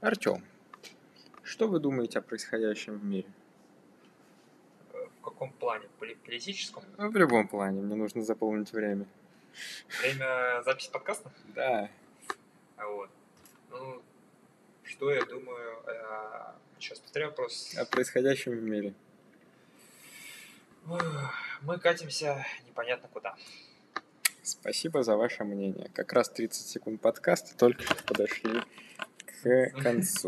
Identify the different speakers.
Speaker 1: Артём, что вы думаете о происходящем в мире?
Speaker 2: В каком плане? Поли- Политическом?
Speaker 1: Ну, в любом плане, мне нужно заполнить время.
Speaker 2: Время записи подкаста?
Speaker 1: Да.
Speaker 2: А Вот. Ну, что я думаю... Сейчас повторю вопрос.
Speaker 1: О происходящем в мире.
Speaker 2: Ух, Мы катимся непонятно куда.
Speaker 1: Спасибо за ваше мнение. Как раз 30 секунд подкаста только что подошли к концу.